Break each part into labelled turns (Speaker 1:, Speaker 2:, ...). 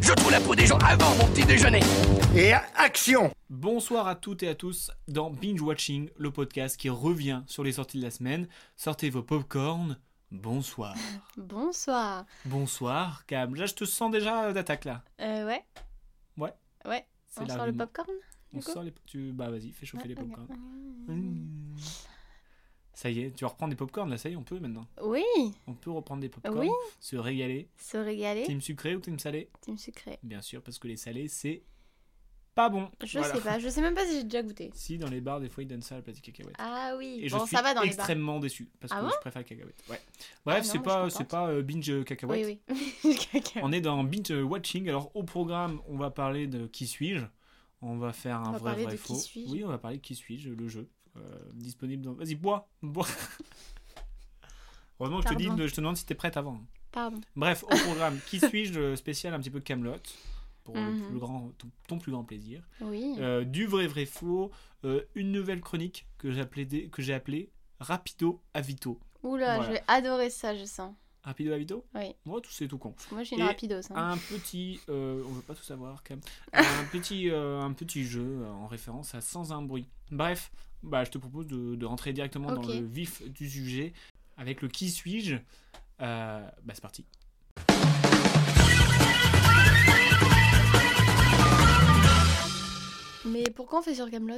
Speaker 1: Je trouve la peau des gens avant mon petit déjeuner.
Speaker 2: Et action
Speaker 3: Bonsoir à toutes et à tous dans Binge Watching, le podcast qui revient sur les sorties de la semaine. Sortez vos popcorns. Bonsoir.
Speaker 4: Bonsoir.
Speaker 3: Bonsoir, Cam. Là, je te sens déjà d'attaque là.
Speaker 4: Euh, ouais.
Speaker 3: Ouais.
Speaker 4: Ouais. On sort le
Speaker 3: l'argument.
Speaker 4: popcorn
Speaker 3: On
Speaker 4: du coup
Speaker 3: sort les. Tu... Bah, vas-y, fais chauffer
Speaker 4: Ouais,
Speaker 3: les
Speaker 4: ok.
Speaker 3: popcorns. Mmh. Ça y est, tu vas reprendre des popcorns là, ça y est, on peut maintenant.
Speaker 4: Oui,
Speaker 3: On peut reprendre des popcorns,
Speaker 4: Oui.
Speaker 3: se régaler.
Speaker 4: se régaler, team,
Speaker 3: Team sucré ou team salé
Speaker 4: sucré.
Speaker 3: Bien sûr, parce que les salés, c'est pas bon.
Speaker 4: Je
Speaker 3: Voilà.
Speaker 4: sais pas, je sais même pas si j'ai déjà goûté.
Speaker 3: Si, dans les bars, des fois, ils donnent ça à la place des cacahuètes.
Speaker 4: Ah oui,
Speaker 3: Et
Speaker 4: bon,
Speaker 3: je suis
Speaker 4: ça va dans les bars.
Speaker 3: extrêmement déçu parce
Speaker 4: Ah
Speaker 3: que
Speaker 4: bon Ah
Speaker 3: je préfère cacahuète. Ouais. Bref,
Speaker 4: non,
Speaker 3: c'est
Speaker 4: mais
Speaker 3: pas
Speaker 4: je suis
Speaker 3: c'est pas euh, binge cacahuète.
Speaker 4: Oui, oui. Cacahuète.
Speaker 3: On est dans binge watching. Alors au programme, on va parler de qui suis-je. On va faire un
Speaker 4: va
Speaker 3: vrai
Speaker 4: parler
Speaker 3: vrai
Speaker 4: de qui
Speaker 3: faux.
Speaker 4: suis-je.
Speaker 3: Oui, on va parler de qui suis-je, le jeu euh, disponible dans. Vas-y, bois, bois. Heureusement que je te dis,
Speaker 4: Pardon.
Speaker 3: je te demande si t'es prête avant.
Speaker 4: Pardon.
Speaker 3: Bref, au programme, qui suis-je le spécial un petit peu Camelot pour le
Speaker 4: Mhm.
Speaker 3: plus grand, ton, ton plus grand plaisir.
Speaker 4: Oui.
Speaker 3: Euh, du vrai vrai faux, euh, une nouvelle chronique que j'ai appelée des- que j'ai appelée Rapido Avito.
Speaker 4: Oula,
Speaker 3: voilà.
Speaker 4: je vais adorer ça, je sens.
Speaker 3: Rapido Avito
Speaker 4: Oui.
Speaker 3: Moi, tout c'est tout con.
Speaker 4: Moi, je suis une
Speaker 3: Et
Speaker 4: rapidos. hein.
Speaker 3: Un petit, euh, on veut pas tout savoir quand même. Un petit, euh, un petit jeu euh, en référence à sans un bruit. Bref, bah je te propose de, de rentrer directement
Speaker 4: Ok.
Speaker 3: dans le vif du sujet avec le qui suis-je. Euh, bah c'est parti.
Speaker 4: Mais pourquoi on fait sur Camelot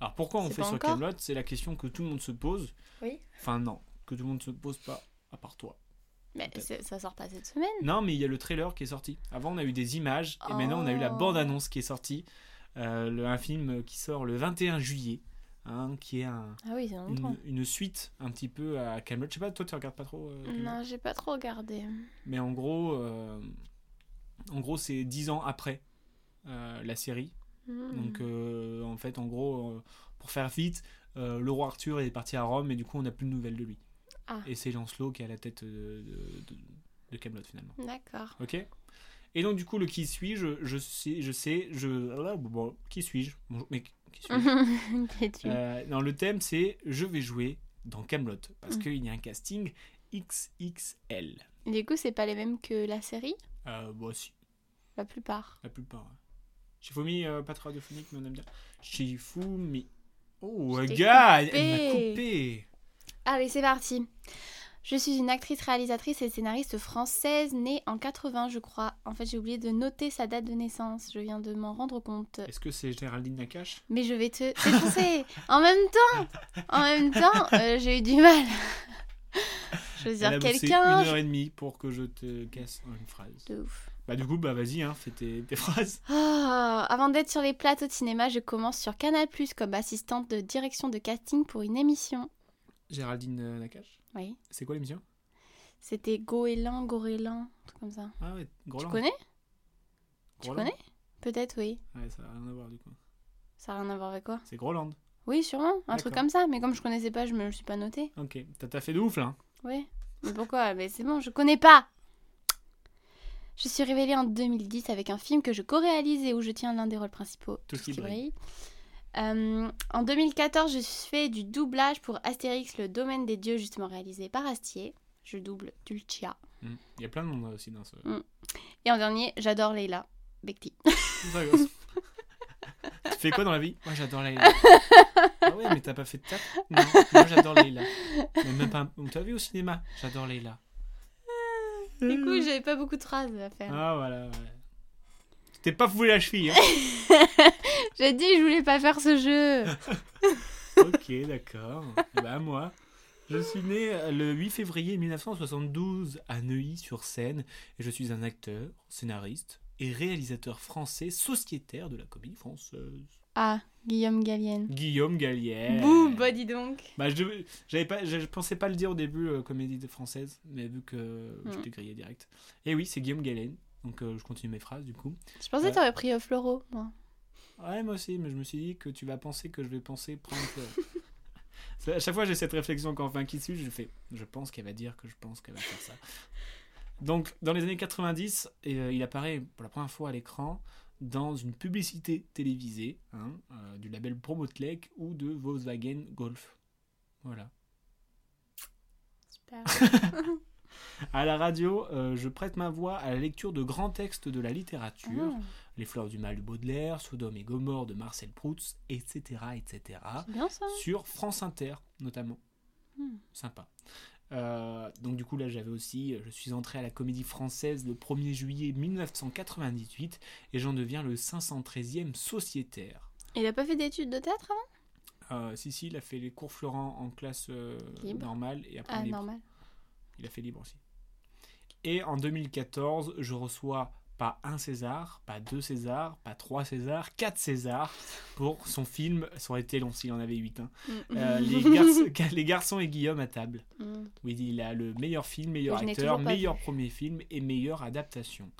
Speaker 3: Alors pourquoi on
Speaker 4: C'est
Speaker 3: fait
Speaker 4: pas
Speaker 3: sur
Speaker 4: encore
Speaker 3: Camelot C'est la question que tout le monde se pose.
Speaker 4: Oui.
Speaker 3: Enfin non, que tout le monde se pose pas à part toi.
Speaker 4: Mais
Speaker 3: Peut-être.
Speaker 4: c'est- ça sort pas cette semaine.
Speaker 3: Non, mais il y a le trailer qui est sorti. Avant, on a eu des images et maintenant, on a eu la
Speaker 4: Oh.
Speaker 3: bande-annonce qui est sortie. Euh, le- un film qui sort le 21 juillet, hein, qui est un-
Speaker 4: Ah oui, c'est longtemps.
Speaker 3: une, une suite un petit peu à Camelot. Je sais pas, toi, tu regardes pas trop. euh, Camelot
Speaker 4: Non, j'ai pas trop regardé.
Speaker 3: Mais en gros, euh, en gros, c'est 10 ans après euh, la série.
Speaker 4: Hmm.
Speaker 3: Donc, euh, en fait, en gros, euh, pour faire vite, euh, le roi Arthur est parti à Rome et du coup, on n'a plus de nouvelles de lui.
Speaker 4: Ah.
Speaker 3: Et c'est Lancelot qui est à la tête euh, de, Camelot finalement.
Speaker 4: Hmm. D'accord.
Speaker 3: Ok. Et donc du coup le qui suis-je Je sais, je sais, je ah, bon, bon, qui suis-je Bonjour, mais qui
Speaker 4: Mhm.
Speaker 3: suis-je
Speaker 4: Qui es-tu
Speaker 3: Euh, Non, le thème c'est je vais jouer dans Camelot
Speaker 4: Mhm.
Speaker 3: parce qu'il y a un casting XXL.
Speaker 4: Du coup, c'est pas les mêmes que la série
Speaker 3: Euh, bon, si,
Speaker 4: La plupart.
Speaker 3: la plupart. hein. Shifumi, euh, pas de radiophonique, mais on aime bien. Shifumi. Oh,
Speaker 4: Je t'ai
Speaker 3: regarde, elle m'a
Speaker 4: coupé.
Speaker 3: coupé.
Speaker 4: Allez, c'est parti. Je suis une actrice, réalisatrice et scénariste française née en 80, je crois. En fait, j'ai oublié de noter sa date de naissance. Je viens de m'en rendre compte.
Speaker 3: Est-ce que c'est Géraldine Nakache
Speaker 4: Mais je vais te défoncer. en même temps, en même temps, euh, j'ai eu du mal. je veux
Speaker 3: Elle a
Speaker 4: dire
Speaker 3: bossé une
Speaker 4: quelqu'un.
Speaker 3: heure et demie pour que je te casse une phrase.
Speaker 4: je- De ouf.
Speaker 3: Bah du coup, bah vas-y, hein, fais tes, tes phrases.
Speaker 4: Ah, avant d'être sur les plateaux de cinéma, je commence sur Canal+ comme assistante de direction de casting pour une émission.
Speaker 3: Géraldine euh, Nakache,
Speaker 4: Oui,
Speaker 3: c'est quoi l'émission
Speaker 4: c'était Goéland, Goréland, un truc comme ça.
Speaker 3: Ah ouais, gros
Speaker 4: Tu
Speaker 3: lent.
Speaker 4: connais Tu
Speaker 3: Groland.
Speaker 4: connais Peut-être oui.
Speaker 3: Ouais, ça n'a rien à voir du coup.
Speaker 4: Ça n'a rien à voir avec quoi
Speaker 3: C'est Groland.
Speaker 4: Oui, sûrement, un truc
Speaker 3: D'accord.
Speaker 4: comme ça. Mais comme je connaissais pas, je me le suis pas noté.
Speaker 3: Ok, t'as t'as fait de ouf là. hein.
Speaker 4: Oui. Mais pourquoi Mais c'est bon, je connais pas. Je suis révélée en 2010 avec un film que je co-réalise et où je tiens l'un des rôles principaux.
Speaker 3: Tout ce qui brille.
Speaker 4: Euh, en 2014, je fais du doublage pour Astérix, le domaine des dieux, justement réalisé par Astier. Je double Dulcia.
Speaker 3: Mm. Il y a plein de monde là, aussi dans ce.
Speaker 4: Et en dernier, j'adore Leila Bekti.
Speaker 3: Ça gosse. tu fais quoi dans la vie Moi j'adore Layla. ah ouais, mais t'as pas fait de tap Non, moi j'adore Layla. Mais même pas. On t'a vu au cinéma J'adore Layla.
Speaker 4: du coup, j'avais pas beaucoup de phrases à faire.
Speaker 3: Euh. Ah voilà, ouais. Tu T'es pas foulé la cheville. Hein
Speaker 4: J'ai dit, je voulais pas faire ce jeu.
Speaker 3: ok, d'accord. Bah moi. Je suis né euh, le 8 février 1972 à Neuilly-sur-Seine et je suis un acteur, scénariste et réalisateur français sociétaire de la comédie française.
Speaker 4: Ah, Guillaume Gallienne.
Speaker 3: Guillaume Gallienne.
Speaker 4: Boum, bah dis donc.
Speaker 3: Bah, je, j'avais pas, je, je pensais pas le dire au début, euh, comédie de- française, mais vu que je
Speaker 4: Mm.
Speaker 3: t'ai grillé direct. Et oui, c'est Guillaume Gallienne. Donc euh, je continue mes phrases du coup.
Speaker 4: Je pensais
Speaker 3: Ouais.
Speaker 4: que t'aurais pris euh, Floro, moi.
Speaker 3: Ouais, moi aussi, mais je me suis dit que tu vas penser que je vais penser prendre. euh, C'est- À chaque fois, j'ai cette réflexion quand enfin qui suit, je fais je pense qu'elle va dire que je pense qu'elle va faire ça. Donc, dans les années 90, euh, il apparaît pour la première fois à l'écran dans une publicité télévisée hein, euh, du label Promotlec ou de Volkswagen Golf. Voilà.
Speaker 4: Super.
Speaker 3: À la radio, euh, je prête ma voix à la lecture de grands textes de la littérature,
Speaker 4: Ah,
Speaker 3: Les Fleurs du Mal de Baudelaire, Sodome et Gomorre de Marcel Proust, etc., etc.
Speaker 4: c'est Ah, bien ça.
Speaker 3: sur France Inter notamment.
Speaker 4: Hmm.
Speaker 3: Sympa. Euh, donc du coup là j'avais aussi, euh, je suis entré à la comédie française le 1er juillet 1998 et j'en deviens le 513e sociétaire.
Speaker 4: Il a pas fait d'études de théâtre avant
Speaker 3: Euh, si si, il a fait les cours Florent en classe euh,
Speaker 4: Libre.
Speaker 3: normale et après
Speaker 4: Ah,
Speaker 3: libre.
Speaker 4: normal.
Speaker 3: Il a fait libre aussi. Et en 2014, je reçois pas un César, pas deux Césars, pas trois Césars, quatre Césars pour son film. Ça aurait été long s'il en avait huit. hein. Euh, les, garçons, les garçons et Guillaume à table.
Speaker 4: Mm.
Speaker 3: Oui, il a le meilleur film, meilleur
Speaker 4: je n'ai
Speaker 3: acteur,
Speaker 4: toujours pas
Speaker 3: meilleur premier film et meilleure adaptation.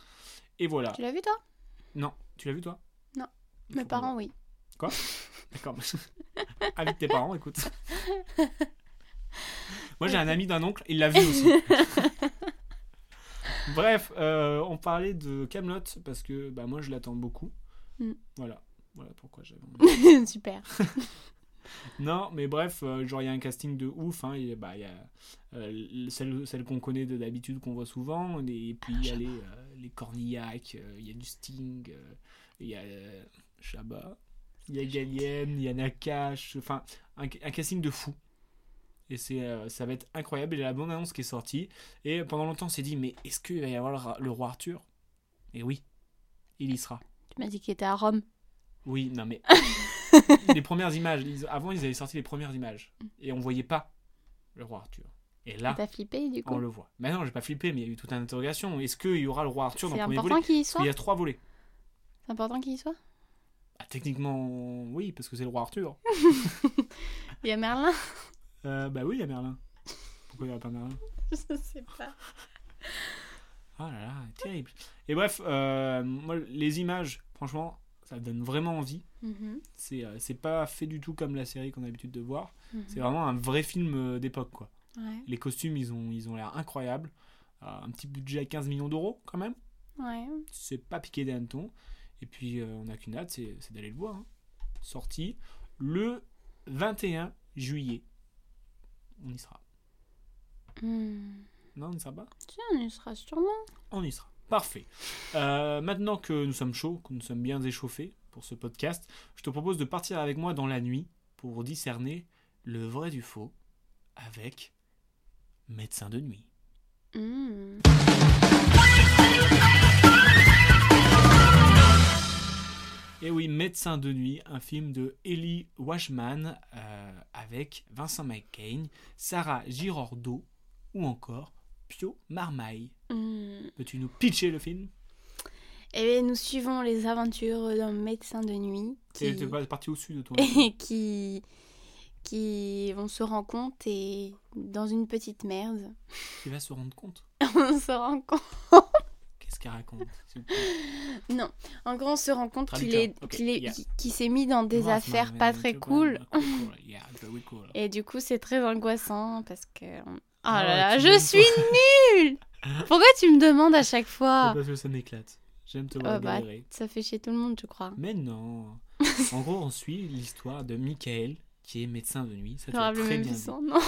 Speaker 3: Et voilà.
Speaker 4: Tu l'as vu toi
Speaker 3: Non, tu l'as vu toi
Speaker 4: Non.
Speaker 3: Il
Speaker 4: Mes
Speaker 3: faut
Speaker 4: parents, oui.
Speaker 3: qu'on- D'accord. Avec tes parents, écoute. Moi, j'ai un ami d'un oncle, il l'a vu aussi. Bref, euh, on parlait de Camelot parce que bah, moi, je l'attends beaucoup.
Speaker 4: Mm.
Speaker 3: Voilà. Voilà pourquoi j'avais envie.
Speaker 4: Super.
Speaker 3: Non, mais bref, euh, genre il y a un casting de ouf. hein, il y a- bah, il y a euh, celle, celle qu'on connaît de d'habitude, qu'on voit souvent. Et, puis il y a les, euh, les Cornillac, euh, il y a du Sting, euh, il y a euh, Chabat, il y a Galien, il y a Nakash. Enfin, un, un casting de fou. Et c'est, euh, ça va être incroyable. Et la bonne annonce qui est sortie. Et pendant longtemps, on s'est dit mais est-ce qu'il va y avoir le, ra- le roi Arthur Et oui, il y sera.
Speaker 4: Tu m'as dit qu'il était à Rome.
Speaker 3: Oui, non mais les premières images. ils- Avant, ils avaient sorti les premières images et on voyait pas le roi Arthur. Et là,
Speaker 4: T'as flippé Bah, du
Speaker 3: on
Speaker 4: coup
Speaker 3: le voit. Maintenant, j'ai pas flippé, mais il y a eu toute une interrogation. Est-ce qu'il y aura le roi Arthur dans
Speaker 4: C'est
Speaker 3: le premier
Speaker 4: important
Speaker 3: volet
Speaker 4: qu'il y
Speaker 3: Parce qu'il
Speaker 4: soit
Speaker 3: y a trois volets.
Speaker 4: C'est important qu'il y soit
Speaker 3: Ah, techniquement, oui, parce que c'est le roi Arthur.
Speaker 4: Il y a Merlin
Speaker 3: Euh, bah oui, il y a Merlin. Pourquoi il y a pas Merlin
Speaker 4: Je sais pas.
Speaker 3: Ah là là, terrible. Et bref, euh, moi, les images, franchement, ça donne vraiment envie.
Speaker 4: Mhm,
Speaker 3: C'est euh, c'est pas fait du tout comme la série qu'on a l'habitude de voir.
Speaker 4: mhm.
Speaker 3: C'est vraiment un vrai film euh, d'époque, quoi.
Speaker 4: Ouais.
Speaker 3: Les costumes, ils ont ils ont l'air incroyables. Euh, un petit budget à 15 millions d'euros, quand même.
Speaker 4: Ouais.
Speaker 3: C'est pas piqué des hannetons. Et puis, euh, on n'a qu'une hâte, c'est c'est d'aller le voir. hein. Sorti le 21 juillet. On y sera.
Speaker 4: Hmm.
Speaker 3: Non, on y sera pas
Speaker 4: Tiens, on y sera sûrement.
Speaker 3: On y sera. Parfait. Euh, maintenant que nous sommes chauds, que nous sommes bien échauffés pour ce podcast, je te propose de partir avec moi dans la nuit pour discerner le vrai du faux avec Médecin de nuit.
Speaker 4: Hmm.
Speaker 3: Et Eh oui, Médecin de nuit, un film de Ellie Washman euh, avec Vincent McCain, Sarah Girordeau ou encore Pio Marmaille.
Speaker 4: Hmm.
Speaker 3: Peux-tu nous pitcher le film
Speaker 4: Eh bien, nous suivons les aventures d'un médecin de nuit
Speaker 3: C'est
Speaker 4: qui,
Speaker 3: parti au sud de toi.
Speaker 4: qui, qui, on se rend compte et dans une petite merde,
Speaker 3: Tu vas se rendre compte
Speaker 4: on se rend compte.
Speaker 3: Qu'est-ce qu'elle raconte s'il vous plaît
Speaker 4: Non, en gros, on se rend compte qu'il
Speaker 3: Traducteur,
Speaker 4: est,
Speaker 3: ok,
Speaker 4: qu'il est,
Speaker 3: yeah.
Speaker 4: qu'il s'est mis dans des
Speaker 3: Mothman,
Speaker 4: affaires
Speaker 3: man,
Speaker 4: pas
Speaker 3: man,
Speaker 4: très
Speaker 3: man,
Speaker 4: cool.
Speaker 3: cool, cool, yeah, very cool.
Speaker 4: Et du coup, c'est très angoissant parce que. Oh
Speaker 3: Ah,
Speaker 4: là là,
Speaker 3: tu
Speaker 4: je
Speaker 3: m'aimes,
Speaker 4: suis nulle Pourquoi tu me demandes à chaque
Speaker 3: C'est
Speaker 4: fois
Speaker 3: Parce que ça m'éclate. J'aime te voir
Speaker 4: ah. Oh, bah.
Speaker 3: galérer.
Speaker 4: Ça fait chier tout le monde, je crois.
Speaker 3: Mais non. en gros, on suit l'histoire de Michael, qui est médecin de nuit. Ça,
Speaker 4: Je
Speaker 3: tu
Speaker 4: me
Speaker 3: l'as
Speaker 4: rappelle
Speaker 3: très
Speaker 4: même
Speaker 3: bien
Speaker 4: plus
Speaker 3: dit.
Speaker 4: son nom.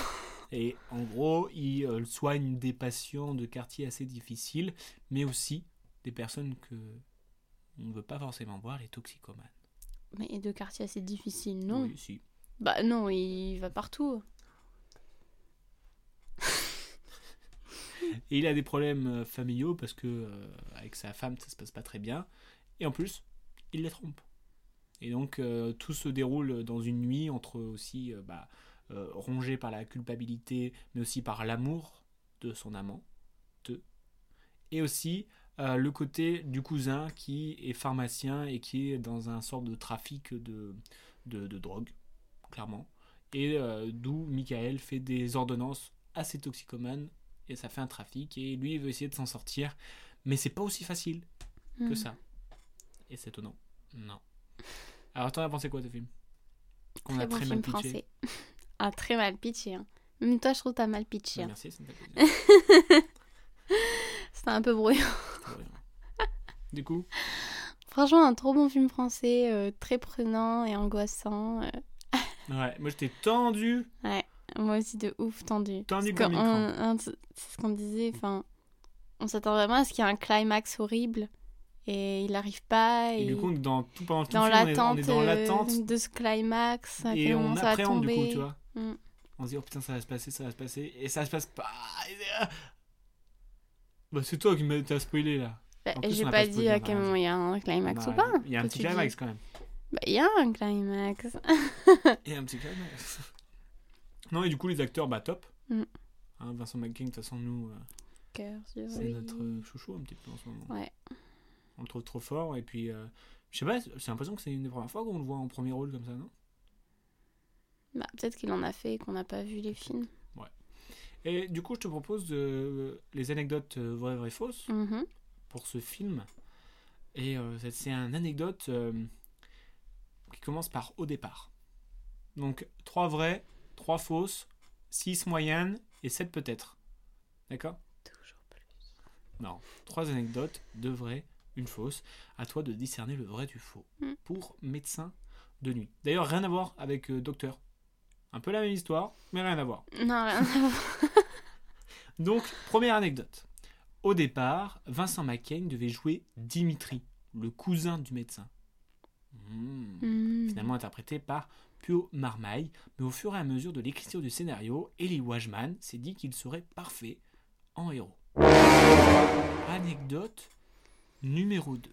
Speaker 3: Et en gros, il euh, soigne des patients de quartiers assez difficiles, mais aussi des personnes que on ne veut pas forcément voir, les toxicomanes.
Speaker 4: Mais de quartier assez difficile, non
Speaker 3: Oui, si.
Speaker 4: Bah non, il va partout.
Speaker 3: Et il a des problèmes euh, familiaux parce que euh, avec sa femme, ça se passe pas très bien. Et en plus, il la trompe. Et donc, euh, tout se déroule dans une nuit entre aussi euh, bah, euh, rongé par la culpabilité, mais aussi par l'amour de son amant, de, et aussi euh, le côté du cousin qui est pharmacien et qui est dans un sorte de trafic de, de, de drogue, clairement. Et euh, d'où Michael fait des ordonnances assez toxicomanes et ça fait un trafic et lui il veut essayer de s'en sortir mais c'est pas aussi facile que
Speaker 4: Hmm.
Speaker 3: ça et c'est étonnant non alors t'en as pensé quoi de ce film qu'on
Speaker 4: Très
Speaker 3: a
Speaker 4: bon
Speaker 3: très mal
Speaker 4: film
Speaker 3: pitché
Speaker 4: français. Ah, très mal pitché. hein. Même toi, je trouve que t'as mal pitché.
Speaker 3: Bah,
Speaker 4: hein.
Speaker 3: merci, ça me fait plaisir.
Speaker 4: C'était un peu bruyant.
Speaker 3: Pour rien. Du coup,
Speaker 4: Franchement, un trop bon film français, euh, très prenant et angoissant. euh,
Speaker 3: ouais, moi j'étais tendu.
Speaker 4: moi aussi, de ouf, tendu.
Speaker 3: Tendu
Speaker 4: Parce
Speaker 3: comme
Speaker 4: qu'on-
Speaker 3: une
Speaker 4: un- C'est ce qu'on me disait. Enfin, on s'attend vraiment à ce qu'il y ait un climax horrible et il n'arrive pas. Et,
Speaker 3: Et du coup, dans tout pendant tout
Speaker 4: dans
Speaker 3: le film, on est- on
Speaker 4: l'attente
Speaker 3: est, dans
Speaker 4: euh,
Speaker 3: l'attente
Speaker 4: de ce climax, à
Speaker 3: et
Speaker 4: quel moment
Speaker 3: on
Speaker 4: ça va
Speaker 3: appréhende du
Speaker 4: tomber.
Speaker 3: coup, tu vois.
Speaker 4: Mm.
Speaker 3: On se dit oh putain ça va se passer, ça va se passer et ça se passe pas. Et c'est- ah. Bah c'est toi qui m'as t'as spoilé là.
Speaker 4: Bah,
Speaker 3: En plus,
Speaker 4: J'ai
Speaker 3: on
Speaker 4: pas,
Speaker 3: a pas
Speaker 4: dit
Speaker 3: spoilé,
Speaker 4: à
Speaker 3: on a
Speaker 4: quel
Speaker 3: rien
Speaker 4: moment il y a un climax
Speaker 3: Bah,
Speaker 4: ou pas.
Speaker 3: Il y a un
Speaker 4: que
Speaker 3: petit
Speaker 4: tu dis.
Speaker 3: climax quand même.
Speaker 4: Bah, Il y a un climax.
Speaker 3: Et un petit climax. non et du coup les acteurs bah top.
Speaker 4: Mm.
Speaker 3: Hein, Vincent McKing de toute façon nous euh,
Speaker 4: Cœur sur
Speaker 3: c'est
Speaker 4: lui.
Speaker 3: notre euh, chouchou un petit peu en ce moment.
Speaker 4: Ouais.
Speaker 3: On le trouve trop fort et puis euh, je sais pas j'ai l'impression que c'est une des premières fois qu'on le voit en premier rôle comme ça non
Speaker 4: Bah, Peut-être qu'il en a fait et qu'on n'a pas vu les films.
Speaker 3: Et du coup je te propose euh, les anecdotes euh, vraies vraies fausses.
Speaker 4: Mhm.
Speaker 3: pour ce film. Et euh, c'est- c'est une anecdote euh, qui commence par au départ. Donc 3 vraies, 3 fausses, 6 moyennes et 7 peut-être. D'accord
Speaker 4: Toujours plus.
Speaker 3: Non. 3 anecdotes, 2 vraies, une fausse. À toi de discerner le vrai du faux.
Speaker 4: Mm.
Speaker 3: Pour médecin de nuit. D'ailleurs, rien à voir avec euh, docteur. Un peu la même histoire, mais rien à voir.
Speaker 4: Non, rien à voir.
Speaker 3: Donc, première anecdote. Au départ, Vincent McCain devait jouer Dimitri, le cousin du médecin. Hmm.
Speaker 4: Mhm.
Speaker 3: Finalement interprété par Pio Marmaille, mais au fur et à mesure de l'écriture du scénario, Eli Wajman s'est dit qu'il serait parfait en héros. Anecdote numéro 2.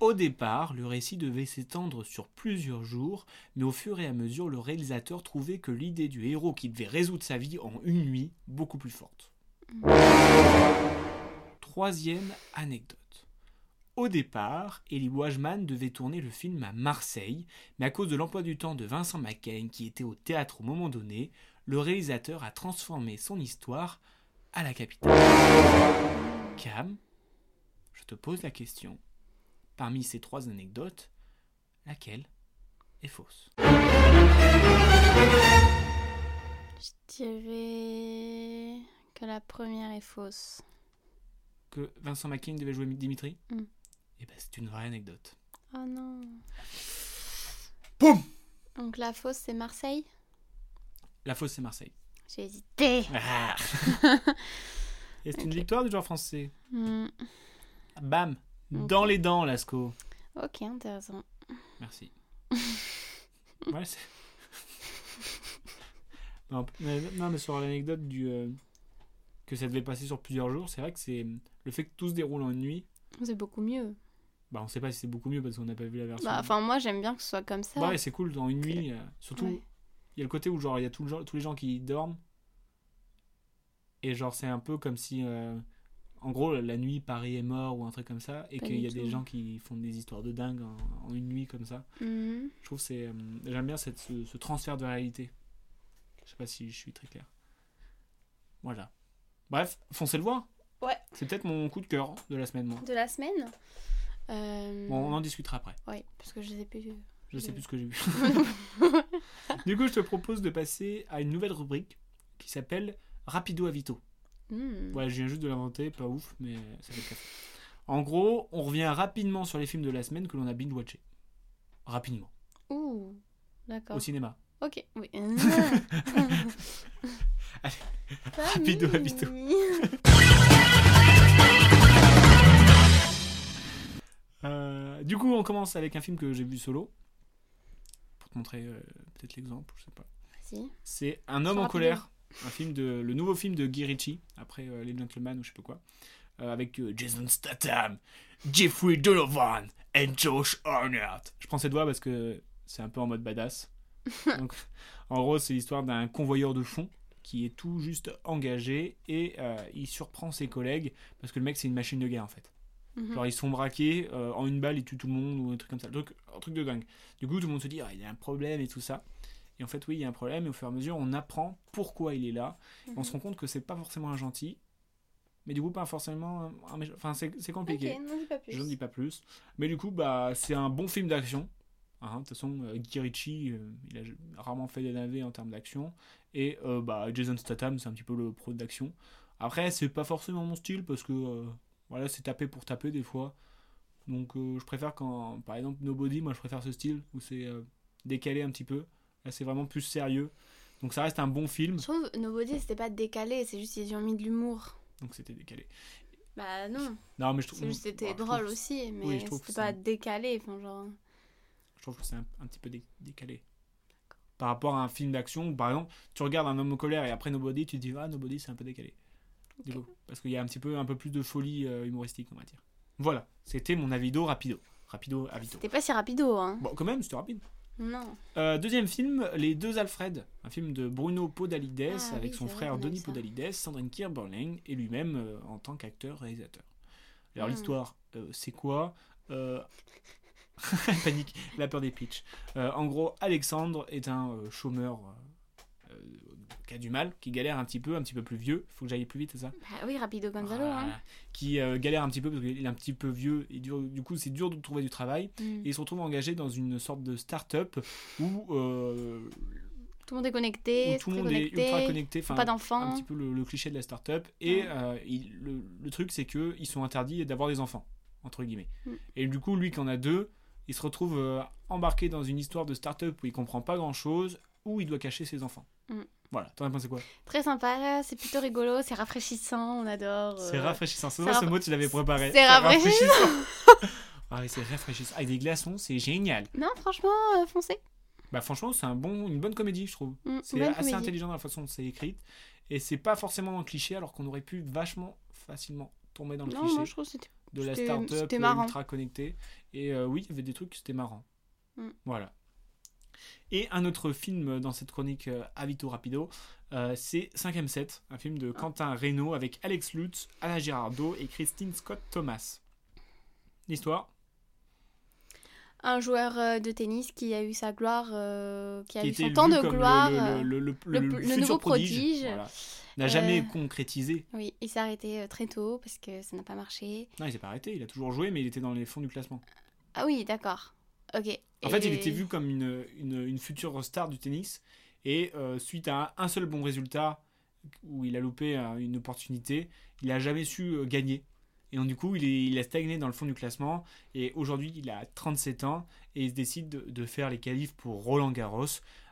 Speaker 3: Au départ, le récit devait s'étendre sur plusieurs jours, mais au fur et à mesure, le réalisateur trouvait que l'idée du héros qui devait résoudre sa vie en une nuit beaucoup plus forte. Troisième anecdote. Au départ, Eli Wajman devait tourner le film à Marseille, mais à cause de l'emploi du temps de Vincent McCain qui était au théâtre au moment donné, le réalisateur a transformé son histoire à la capitale. Cam, je te pose la question. Parmi ces trois anecdotes, laquelle est fausse
Speaker 4: Je dirais que la première est fausse.
Speaker 3: Que Vincent McCain devait jouer Dimitri
Speaker 4: Mm.
Speaker 3: Eh ben, c'est une vraie anecdote.
Speaker 4: Oh non. Donc la fausse, c'est Marseille
Speaker 3: La fausse, c'est Marseille.
Speaker 4: J'ai hésité.
Speaker 3: Ah. Et c'est une
Speaker 4: Ok.
Speaker 3: victoire du joueur français.
Speaker 4: Hmm.
Speaker 3: Bam
Speaker 4: Ok.
Speaker 3: Dans les dents, Lasco.
Speaker 4: Ok, intéressant.
Speaker 3: Merci. ouais, c'est... non, p- mais, non, mais sur l'anecdote du... euh, que ça devait passer sur plusieurs jours, c'est vrai que c'est... Le fait que tout se déroule en une nuit,
Speaker 4: C'est beaucoup mieux.
Speaker 3: bah on sait pas si c'est beaucoup mieux parce qu'on n'a pas vu la version. Bah
Speaker 4: Bah, Enfin, moi, j'aime bien que ce soit comme ça.
Speaker 3: ouais, c'est cool, dans une nuit, euh, surtout... Il
Speaker 4: Ouais.
Speaker 3: y a le côté où genre il y a tout le genre- tous les gens qui dorment. Et genre c'est un peu comme si... euh, en gros, la nuit, Paris est mort ou un truc comme ça, et
Speaker 4: Pas
Speaker 3: qu'il
Speaker 4: du
Speaker 3: y a des
Speaker 4: tout.
Speaker 3: gens qui font des histoires de dingue en- en une nuit comme ça.
Speaker 4: Mhm.
Speaker 3: Je trouve que c'est euh, j'aime bien cette- ce, ce transfert de réalité. Je sais pas si je suis très clair. Voilà. Bref, foncez le voir.
Speaker 4: Ouais.
Speaker 3: C'est peut-être mon coup de cœur de la semaine moi.
Speaker 4: De la semaine Euh,
Speaker 3: Bon, on en discutera après.
Speaker 4: Ouais, parce que je les ai plus.
Speaker 3: Je sais
Speaker 4: Oui.
Speaker 3: plus ce que j'ai vu. du coup, je te propose de passer à une nouvelle rubrique qui s'appelle Rapido à Vito.
Speaker 4: Hmm.
Speaker 3: Ouais, je viens juste de l'inventer, pas ouf, mais ça fait le café. En gros, on revient rapidement sur les films de la semaine que l'on a binge-watché. Rapidement.
Speaker 4: Ouh, d'accord.
Speaker 3: Au cinéma.
Speaker 4: Ok, oui.
Speaker 3: Allez,
Speaker 4: rapido,
Speaker 3: rapido. Euh, du coup, on commence avec un film que j'ai vu solo. Pour te montrer euh, peut-être l'exemple, je sais pas.
Speaker 4: Vas-y.
Speaker 3: C'est Un homme
Speaker 4: Sois
Speaker 3: en
Speaker 4: rapide.
Speaker 3: colère, un film de le nouveau film de Guy Ritchie après euh, Les Gentlemen ou je sais pas quoi, euh, avec euh, Jason Statham, Jeffrey Donovan et Josh Arnott. Je prends ces doigts parce que c'est un peu en mode badass. Donc, en gros, c'est l'histoire d'un convoyeur de fond qui est tout juste engagé et euh, il surprend ses collègues parce que le mec c'est une machine de guerre en fait.
Speaker 4: Mhm.
Speaker 3: Genre ils se font braquer, euh, en une balle ils tuent tout le monde ou un truc comme ça, un truc, un truc de dingue. Du coup tout le monde se dit Ah, il y a un problème et tout ça. Et en fait oui il y a un problème et au fur et à mesure on apprend pourquoi il est là. On
Speaker 4: Mm-hmm.
Speaker 3: se rend compte que c'est pas forcément un gentil, mais du coup pas forcément un méchant. Enfin c'est c'est
Speaker 4: Ok,
Speaker 3: compliqué.
Speaker 4: n'en dis pas plus.
Speaker 3: Je ne dis pas plus. Mais du coup bah c'est un bon film d'action. Hein, De toute façon, euh, Guy Ritchie, euh, il a j- rarement fait des navets en termes d'action. Et euh, bah, Jason Statham, c'est un petit peu le pro d'action. Après, c'est pas forcément mon style parce que euh, voilà, c'est taper pour taper des fois. Donc euh, je préfère quand, par exemple, Nobody, moi je préfère ce style où c'est euh, décalé un petit peu. Là, c'est vraiment plus sérieux. Donc ça reste un bon film.
Speaker 4: Je trouve Nobody, c'était pas décalé, c'est juste qu'ils ont mis de l'humour.
Speaker 3: Donc c'était décalé.
Speaker 4: Bah non,
Speaker 3: Non, mais je trouve.
Speaker 4: c'est juste que
Speaker 3: Bah,
Speaker 4: c'était
Speaker 3: je trouve
Speaker 4: drôle
Speaker 3: que-
Speaker 4: aussi, mais
Speaker 3: oui, je trouve que
Speaker 4: c'était
Speaker 3: c'est-
Speaker 4: pas décalé. Enfin, genre...
Speaker 3: Je trouve que c'est un, un petit peu dé- décalé. Par rapport à un film d'action, où, par exemple, tu regardes un homme en colère et après Nobody, tu te dis ah Nobody, c'est un peu décalé. Du coup, parce qu'il y a un petit peu un peu plus de folie euh, humoristique on va dire. Voilà, c'était mon avido rapido, rapido avito.
Speaker 4: C'était pas si rapido, hein.
Speaker 3: Bon, quand même, c'était rapide.
Speaker 4: Non.
Speaker 3: Euh, deuxième film, Les Deux Alfred, un film de Bruno Podalides
Speaker 4: Ah
Speaker 3: avec
Speaker 4: oui,
Speaker 3: son
Speaker 4: c'est vrai
Speaker 3: frère
Speaker 4: qu'on a
Speaker 3: Denis
Speaker 4: vu ça.
Speaker 3: Podalides, Sandrine Kierberling et lui-même euh, en tant qu'acteur-réalisateur. Alors
Speaker 4: Hmm.
Speaker 3: l'histoire, euh, c'est quoi Euh, Panique, la peur des pitchs. Euh, en gros, Alexandre est un euh, chômeur euh, euh, qui a du mal, qui galère un petit peu, un petit peu plus vieux. Faut que j'aille plus vite, c'est ça
Speaker 4: Bah oui, rapido Gonzalo,
Speaker 3: Voilà.
Speaker 4: hein.
Speaker 3: Qui euh, galère un petit peu parce qu'il est un petit peu vieux et dur- du coup c'est dur de trouver du travail.
Speaker 4: Mm.
Speaker 3: Et il se retrouve engagé dans une sorte de start-up où, euh,
Speaker 4: Tout le monde est
Speaker 3: où
Speaker 4: connecté,
Speaker 3: tout
Speaker 4: très
Speaker 3: le monde
Speaker 4: connecté,
Speaker 3: est ultra connecté.
Speaker 4: faut
Speaker 3: Enfin,
Speaker 4: pas
Speaker 3: un
Speaker 4: d'enfants.
Speaker 3: petit peu le, le cliché de la start-up. Et
Speaker 4: Ouais.
Speaker 3: euh, il- le, le truc, c'est que ils sont interdits d'avoir des enfants, entre guillemets.
Speaker 4: Mm.
Speaker 3: Et du coup, lui qui en a deux, il se retrouve euh, embarqué dans une histoire de start-up où il comprend pas grand-chose, où il doit cacher ses enfants.
Speaker 4: Mm.
Speaker 3: Voilà, t'en as pensé quoi
Speaker 4: Très sympa, c'est plutôt rigolo, c'est rafraîchissant, on adore.
Speaker 3: C'est
Speaker 4: euh.
Speaker 3: rafraîchissant. C'est
Speaker 4: c'est
Speaker 3: ça, ce
Speaker 4: raff-
Speaker 3: mot, tu l'avais préparé.
Speaker 4: c'est rafraîchissant.
Speaker 3: ah, oui, c'est rafraîchissant. Avec des glaçons, c'est génial.
Speaker 4: Non, franchement, euh, foncez.
Speaker 3: Bah franchement, c'est un bon, une bonne comédie, je trouve.
Speaker 4: Mm,
Speaker 3: C'est
Speaker 4: bonne
Speaker 3: assez
Speaker 4: comédie.
Speaker 3: intelligent dans la façon dont c'est écrit. Et c'est pas forcément dans le cliché, alors qu'on aurait pu vachement facilement tomber dans le
Speaker 4: Non,
Speaker 3: cliché
Speaker 4: moi je trouve que c'était.
Speaker 3: de la
Speaker 4: c'était-
Speaker 3: start-up euh,
Speaker 4: c'était marrant.
Speaker 3: ultra connectée. Et euh, oui, il y avait des trucs, c'était marrant.
Speaker 4: Mm.
Speaker 3: Voilà. Et un autre film dans cette chronique euh, Avito Rapido, euh, c'est 5ème set, un film
Speaker 4: Ah.
Speaker 3: de Quentin Reynaud avec Alex Lutz, Anna Girardot et Christine Scott Thomas. L'histoire
Speaker 4: Un joueur euh, de tennis qui a eu sa gloire, euh, qui a
Speaker 3: qui
Speaker 4: eu
Speaker 3: était
Speaker 4: son temps
Speaker 3: vu
Speaker 4: de
Speaker 3: comme le-
Speaker 4: gloire.
Speaker 3: le,
Speaker 4: euh,
Speaker 3: le, le-
Speaker 4: le-
Speaker 3: le
Speaker 4: le
Speaker 3: futur
Speaker 4: nouveau
Speaker 3: prodige,
Speaker 4: prodige.
Speaker 3: voilà. n'a jamais
Speaker 4: Euh,
Speaker 3: concrétisé.
Speaker 4: Oui, il s'est arrêté euh, très tôt parce que ça n'a pas marché.
Speaker 3: Non, il s'est pas arrêté, il a toujours joué, mais il était dans les fonds du classement.
Speaker 4: Ah oui, d'accord. Ok.
Speaker 3: En fait, il était vu comme une, une, une future star du tennis, et euh, suite à un, un seul bon résultat, où il a loupé euh, une opportunité, il a jamais su euh, gagner. Et donc, du coup, il, est- il a stagné dans le fond du classement, et aujourd'hui, il a 37 ans, et il décide de, de faire les qualifs pour Roland Garros,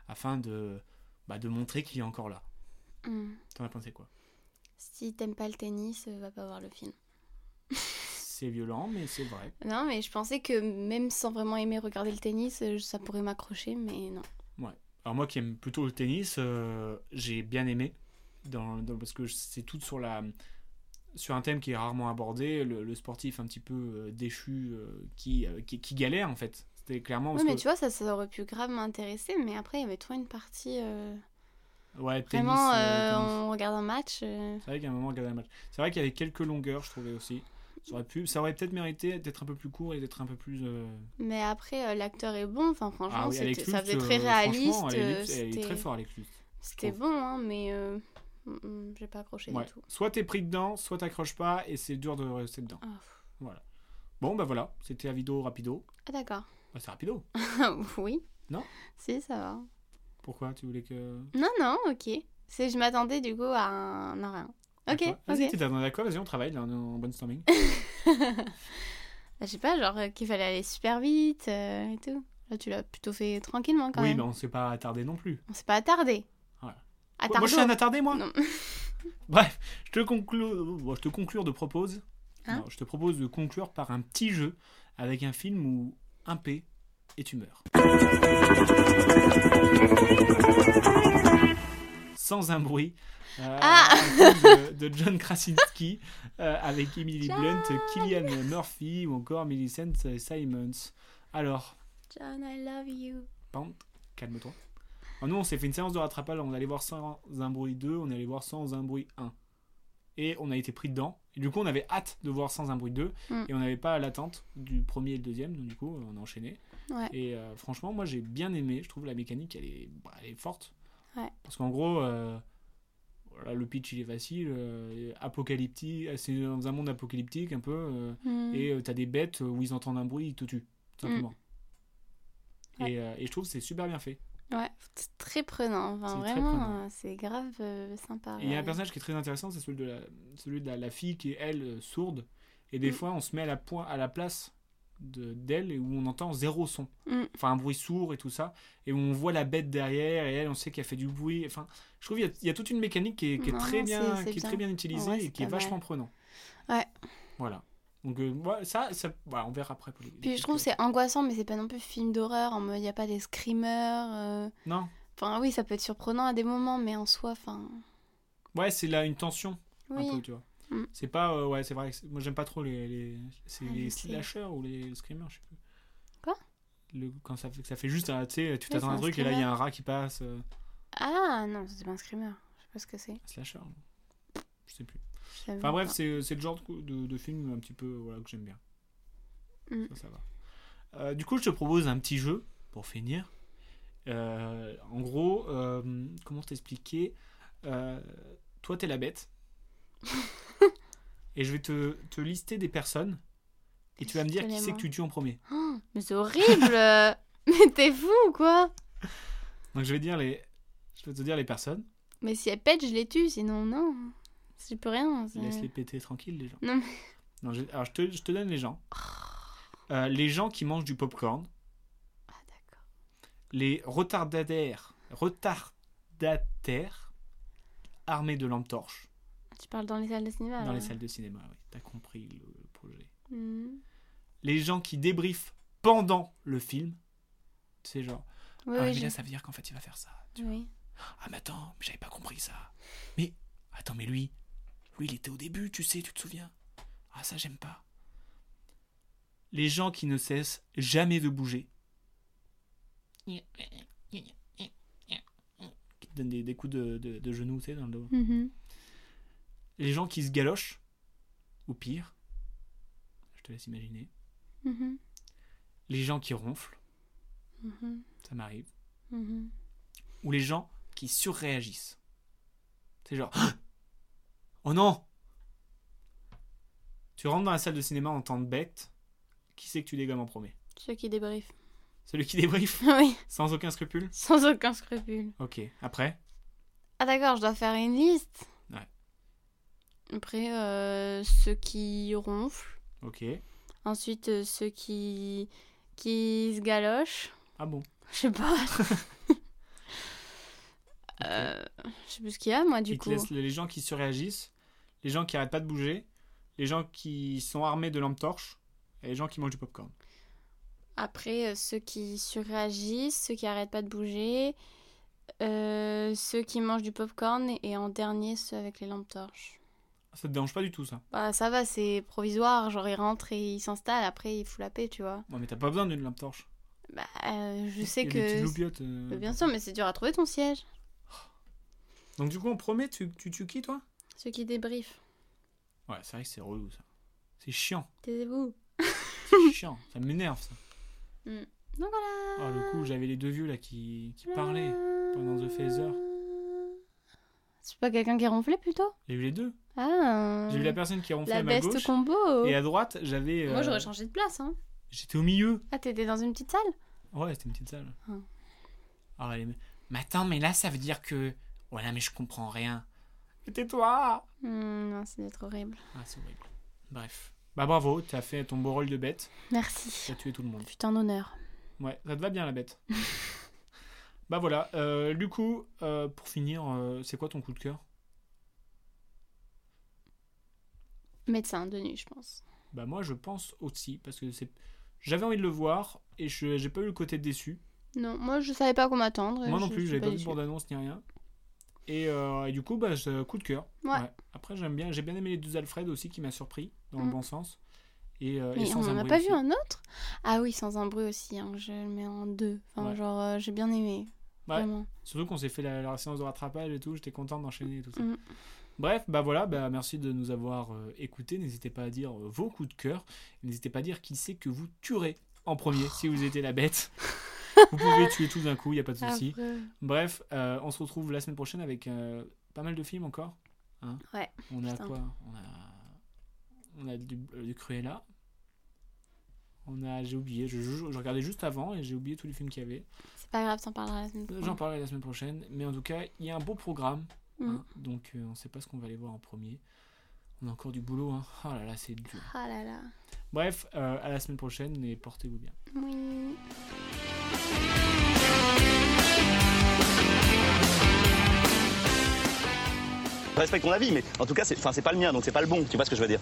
Speaker 3: afin de, bah, de montrer qu'il est encore là.
Speaker 4: Hmm.
Speaker 3: T'en as pensé quoi
Speaker 4: Si t'aimes pas le tennis, euh, va pas voir le film.
Speaker 3: C'est violent, mais c'est vrai.
Speaker 4: Non, mais je pensais que même sans vraiment aimer regarder le tennis, euh, ça pourrait m'accrocher, mais non.
Speaker 3: Alors moi qui aime plutôt le tennis, euh, j'ai bien aimé dans, dans- parce que c'est tout sur la sur un thème qui est rarement abordé, le, le sportif un petit peu euh, déchu euh, qui, euh, qui qui galère en fait. C'était clairement
Speaker 4: Ouais,
Speaker 3: parce
Speaker 4: mais
Speaker 3: que-
Speaker 4: tu vois, ça, ça aurait pu grave m'intéresser, mais après, il y avait trop une partie. euh,
Speaker 3: ouais tennis.
Speaker 4: Vraiment,
Speaker 3: euh,
Speaker 4: euh,
Speaker 3: tennis.
Speaker 4: on regarde un match. euh,
Speaker 3: C'est vrai qu'à un moment on regardait le match. C'est vrai qu'il y avait quelques longueurs, je trouvais aussi. Ça aurait pu, ça aurait peut-être mérité d'être un peu plus court et d'être un peu plus. euh,
Speaker 4: Mais après, euh, l'acteur est bon. Enfin, franchement,
Speaker 3: ah oui,
Speaker 4: c'était-
Speaker 3: Alex
Speaker 4: ça
Speaker 3: Lutz,
Speaker 4: faisait très
Speaker 3: euh,
Speaker 4: réaliste.
Speaker 3: franchement,
Speaker 4: euh,
Speaker 3: Alex Lutz, elle est
Speaker 4: C'était
Speaker 3: très fort Alex Lutz.
Speaker 4: c'était
Speaker 3: trouve.
Speaker 4: bon, hein, mais euh, mm, mm, j'ai pas accroché
Speaker 3: Ouais.
Speaker 4: du tout.
Speaker 3: Soit t'es pris dedans, soit t'accroches pas et c'est dur de rester dedans.
Speaker 4: Ah.
Speaker 3: Voilà. Bon bah voilà, c'était Avido Rapido.
Speaker 4: Ah, d'accord.
Speaker 3: Bah, c'est rapido.
Speaker 4: oui.
Speaker 3: Non
Speaker 4: Si, ça va.
Speaker 3: Pourquoi tu voulais que.
Speaker 4: Non, non, ok. C'est, je m'attendais du coup à un. Non, rien.
Speaker 3: À
Speaker 4: Ok,
Speaker 3: quoi Vas-y,
Speaker 4: ok.
Speaker 3: t'es dans d'accord, vas-y, on travaille là, on est en brainstorming.
Speaker 4: Je sais pas, genre euh, qu'il fallait aller super vite euh, et tout. Là, tu l'as plutôt fait tranquillement quand
Speaker 3: oui,
Speaker 4: même.
Speaker 3: mais on s'est pas attardé non plus.
Speaker 4: On s'est pas attardé.
Speaker 3: Voilà.
Speaker 4: Attardé.
Speaker 3: Moi, je suis un attardé, moi
Speaker 4: Non.
Speaker 3: Bref, je te, conclue... euh, bon, je te conclure de propose.
Speaker 4: Hein
Speaker 3: Non, je te propose de conclure par un petit jeu avec un film où un P et tu meurs. Sans un bruit. euh,
Speaker 4: Ah
Speaker 3: un film de, de John Krasinski euh, avec Emily
Speaker 4: John
Speaker 3: Blunt, Killian Murphy ou encore Millicent Simons. Alors,
Speaker 4: John, I love you.
Speaker 3: Pam, calme-toi. Alors nous, on s'est fait une séance de rattrapage. On allait voir sans un bruit 2, on allait voir sans un bruit 1. Et on a été pris dedans. Et du coup, on avait hâte de voir sans un bruit 2.
Speaker 4: Mm.
Speaker 3: Et on n'avait pas l'attente du premier et le deuxième. Donc, du coup, on a enchaîné.
Speaker 4: Ouais.
Speaker 3: Et euh, franchement, moi, j'ai bien aimé. Je trouve la mécanique, elle est, bah, elle est forte.
Speaker 4: Ouais.
Speaker 3: Parce qu'en gros, euh, voilà, le pitch, il est facile. euh, apocalyptique. C'est dans un monde apocalyptique, un peu. euh,
Speaker 4: Hmm. Mm.
Speaker 3: Et euh, t'as des bêtes euh, où ils entendent un bruit, ils te tuent. tout Simplement. Et, euh, et je trouve que c'est super bien fait.
Speaker 4: Ouais, c'est très prenant. Enfin,
Speaker 3: C'est très
Speaker 4: vraiment,
Speaker 3: prenant.
Speaker 4: euh, c'est grave euh, sympa.
Speaker 3: Et il y a un
Speaker 4: ouais.
Speaker 3: personnage qui est très intéressant, c'est celui de la, celui de la, la fille qui est, elle, euh, sourde. Et des
Speaker 4: Mm.
Speaker 3: fois, on se met à la, point, à la place de- d'elle et où on entend zéro son.
Speaker 4: Mm.
Speaker 3: Enfin, un bruit sourd et tout ça. Et où on voit la bête derrière et elle, on sait qu'elle fait du bruit. Enfin, je trouve qu'il y a- il y, a toute une mécanique qui est, qui est
Speaker 4: Non,
Speaker 3: très,
Speaker 4: non,
Speaker 3: bien,
Speaker 4: c'est- c'est
Speaker 3: qui est très
Speaker 4: bien.
Speaker 3: bien utilisée
Speaker 4: Ouais, c'est
Speaker 3: et qui est
Speaker 4: pas mal.
Speaker 3: vachement prenant.
Speaker 4: Ouais.
Speaker 3: Voilà. Donc, euh, voilà, ça, ça voilà, on verra après. pour les-
Speaker 4: Puis je trouve que c'est angoissant, mais c'est pas non plus film d'horreur. En mode, il n'y a pas des screamers. euh.
Speaker 3: Non.
Speaker 4: Enfin, oui, ça peut être surprenant à des moments, mais en soi, enfin.
Speaker 3: Ouais, c'est là une tension.
Speaker 4: Oui.
Speaker 3: un peu, tu vois.
Speaker 4: Mm.
Speaker 3: C'est pas. euh, ouais, c'est vrai. que c'est- Moi, j'aime pas trop les. les c'est
Speaker 4: Ah,
Speaker 3: les
Speaker 4: je sais.
Speaker 3: slashers ou les screamers, je sais plus.
Speaker 4: Quoi
Speaker 3: le, Quand ça fait, ça fait juste. un- Tu sais, tu
Speaker 4: Oui,
Speaker 3: t'attends à un
Speaker 4: c'est un
Speaker 3: truc et là, il y a un rat qui passe. euh,
Speaker 4: Ah non, c'est pas un screamer. Je sais pas ce que c'est.
Speaker 3: un slasher. Je sais plus.
Speaker 4: Je l'avoue
Speaker 3: Enfin, bref,
Speaker 4: pas.
Speaker 3: c'est c'est le genre de, de, de film un petit peu voilà, que j'aime bien.
Speaker 4: Mm.
Speaker 3: Ça, ça va. Euh, du coup, je te propose un petit jeu pour finir. Euh, en gros, euh, comment t'expliquer Euh, Toi, t'es la bête. et je vais te, te lister des personnes. Et tu vas me dire qui
Speaker 4: Donnez-moi.
Speaker 3: c'est que tu tues en premier.
Speaker 4: Oh, mais c'est horrible Mais t'es fou ou quoi
Speaker 3: Donc, je vais, dire les, je vais te dire les personnes.
Speaker 4: Mais si elle pète, je les tue, sinon non. J'y peux rien. c'est-
Speaker 3: Laisse-les péter tranquille, les gens.
Speaker 4: Non, mais- Oh.
Speaker 3: Non, je- alors, je te, je te donne les gens. Euh, les gens qui mangent du popcorn.
Speaker 4: Ah d'accord.
Speaker 3: les retardataires, retardataires armés de lampes torches
Speaker 4: Tu parles dans les salles de cinéma.
Speaker 3: dans les
Speaker 4: alors.
Speaker 3: salles de cinéma. Oui, t'as compris le, le projet.
Speaker 4: Mhm.
Speaker 3: Les gens qui débriefent pendant le film, c'est genre
Speaker 4: Oui,
Speaker 3: ah
Speaker 4: oui,
Speaker 3: mais
Speaker 4: je-
Speaker 3: là ça veut dire qu'en fait il va faire ça.
Speaker 4: oui.
Speaker 3: Ah mais attends, mais j'avais pas compris ça. Mais attends mais lui, lui il était au début, tu sais, tu te souviens Ah ça j'aime pas. Les gens qui ne cessent jamais de bouger. Qui te donnent des, des coups de, de, de genoux, tu sais, dans le dos.
Speaker 4: Mhm.
Speaker 3: Les gens qui se galochent, ou pire, je te laisse imaginer.
Speaker 4: Mhm.
Speaker 3: Les gens qui ronflent,
Speaker 4: Mhm.
Speaker 3: ça m'arrive.
Speaker 4: Mhm.
Speaker 3: Ou les gens qui surréagissent. C'est genre, Ah oh non Tu rentres dans la salle de cinéma en temps de bête, qui c'est que tu dégommes en premier
Speaker 4: Ceux qui débriefent.
Speaker 3: Celui qui débriefe,
Speaker 4: oui,
Speaker 3: sans aucun scrupule
Speaker 4: sans aucun scrupule.
Speaker 3: Ok, après
Speaker 4: Ah d'accord, je dois faire une liste.
Speaker 3: Ouais.
Speaker 4: Après, euh, ceux qui ronflent.
Speaker 3: Ok.
Speaker 4: Ensuite, euh, ceux qui, qui se galochent.
Speaker 3: Ah bon
Speaker 4: Je sais pas. Euh, je sais plus ce qu'il y a, moi, du
Speaker 3: Ils te
Speaker 4: coup.
Speaker 3: laissent les gens qui surréagissent, les gens qui arrêtent pas de bouger, les gens qui sont armés de lampes torches, et les gens qui mangent du popcorn.
Speaker 4: Après, euh, ceux qui surréagissent, ceux qui arrêtent pas de bouger, euh, ceux qui mangent du popcorn et, et en dernier, ceux avec les lampes torches.
Speaker 3: Ça te dérange pas du tout ça
Speaker 4: Bah, ça va, c'est provisoire. Genre, ils rentrent et ils s'installent. Après, ils foutent la paix, tu vois.
Speaker 3: Ouais, mais t'as pas besoin d'une lampe torche.
Speaker 4: Bah, euh, je sais
Speaker 3: Il y a
Speaker 4: que.
Speaker 3: des petites loupiottes, euh,
Speaker 4: Mais bien sûr, mais c'est dur à trouver ton siège.
Speaker 3: Donc du coup, on promet, tu, tu tues qui toi
Speaker 4: Ceux qui débriefent.
Speaker 3: Ouais, c'est vrai que c'est relou ça. C'est chiant,
Speaker 4: Taisez-vous.
Speaker 3: c'est chiant, ça m'énerve ça.
Speaker 4: Mm.
Speaker 3: Donc voilà. le coup, j'avais les deux vieux là qui, qui parlaient. pendant The Phaser.
Speaker 4: C'est pas quelqu'un qui ronflait plutôt
Speaker 3: J'ai eu les deux.
Speaker 4: Ah.
Speaker 3: J'ai eu la personne qui ronflait
Speaker 4: la
Speaker 3: à ma
Speaker 4: best
Speaker 3: gauche
Speaker 4: combo.
Speaker 3: et à droite, j'avais.
Speaker 4: Moi,
Speaker 3: euh,
Speaker 4: j'aurais changé de place. Hein.
Speaker 3: J'étais au milieu.
Speaker 4: Ah, t'étais dans une petite salle
Speaker 3: Ouais, c'était une petite salle.
Speaker 4: Ah.
Speaker 3: Ah, elle est- Mais attends, mais là, ça veut dire que. Voilà, mais je comprends rien. Mais tais-toi
Speaker 4: Hmm, Non, c'est d'être horrible.
Speaker 3: Ah, c'est horrible. Bref. Bah bravo, t'as fait ton beau rôle de bête.
Speaker 4: Merci.
Speaker 3: T'as tué tout le monde.
Speaker 4: Putain d'honneur.
Speaker 3: Ouais, ça te va bien la bête. bah voilà, euh, du coup, euh, pour finir, euh, c'est quoi ton coup de cœur
Speaker 4: Médecin de nuit, je pense.
Speaker 3: Bah moi je pense aussi, parce que c'est... J'avais envie de le voir et je j'ai pas eu le côté déçu.
Speaker 4: Non, moi, je savais pas quoi m'attendre. et
Speaker 3: Moi non
Speaker 4: je
Speaker 3: plus,
Speaker 4: suis
Speaker 3: j'avais pas vu de
Speaker 4: déçue.
Speaker 3: bande-annonce ni rien. Et, euh, et du coup, bah, c'est un coup de cœur.
Speaker 4: Ouais.
Speaker 3: Après, j'aime bien. J'ai bien aimé les deux Alfred aussi qui m'a surpris, dans le
Speaker 4: Mm.
Speaker 3: bon sens. Et, euh, et
Speaker 4: Mais
Speaker 3: sans un
Speaker 4: on en a
Speaker 3: bruit
Speaker 4: pas
Speaker 3: aussi.
Speaker 4: vu hein. un autre Ah oui, sans un bruit aussi. hein, Je le mets en deux. Enfin,
Speaker 3: Ouais.
Speaker 4: genre, euh, j'ai bien aimé.
Speaker 3: Ouais.
Speaker 4: Vraiment.
Speaker 3: Surtout qu'on s'est fait la, la séance de rattrapage et tout, j'étais content d'enchaîner et tout ça.
Speaker 4: Mm.
Speaker 3: Bref, bah voilà, bah merci de nous avoir euh, écoutés. N'hésitez pas à dire euh, vos coups de cœur. N'hésitez pas à dire qui c'est que vous tuerez en premier si vous étiez la bête. vous pouvez tuer tout d'un coup, il n'y a pas de souci.
Speaker 4: Affreux.
Speaker 3: Bref, euh, on se retrouve la semaine prochaine avec euh, pas mal de films encore. hein.
Speaker 4: Ouais,
Speaker 3: On a
Speaker 4: putain.
Speaker 3: quoi On a, on a du, euh, du Cruella. On a, j'ai oublié, je, je- je regardais juste avant et j'ai oublié tous les films qu'il y avait.
Speaker 4: C'est pas grave, t'en parleras la semaine
Speaker 3: Euh,
Speaker 4: prochaine.
Speaker 3: J'en parlerai la semaine prochaine, mais en tout cas, il y a un beau programme,
Speaker 4: Mm.
Speaker 3: hein, donc euh, on ne sait pas ce qu'on va aller voir en premier. On a encore du boulot, hein. oh là là, c'est dur.
Speaker 4: Ah là là.
Speaker 3: Bref, euh, à la semaine prochaine et portez-vous bien.
Speaker 4: Oui.
Speaker 5: Je respecte ton avis, mais en tout cas, c'est enfin, c'est pas le mien, donc c'est pas le bon. Tu vois ce que je veux dire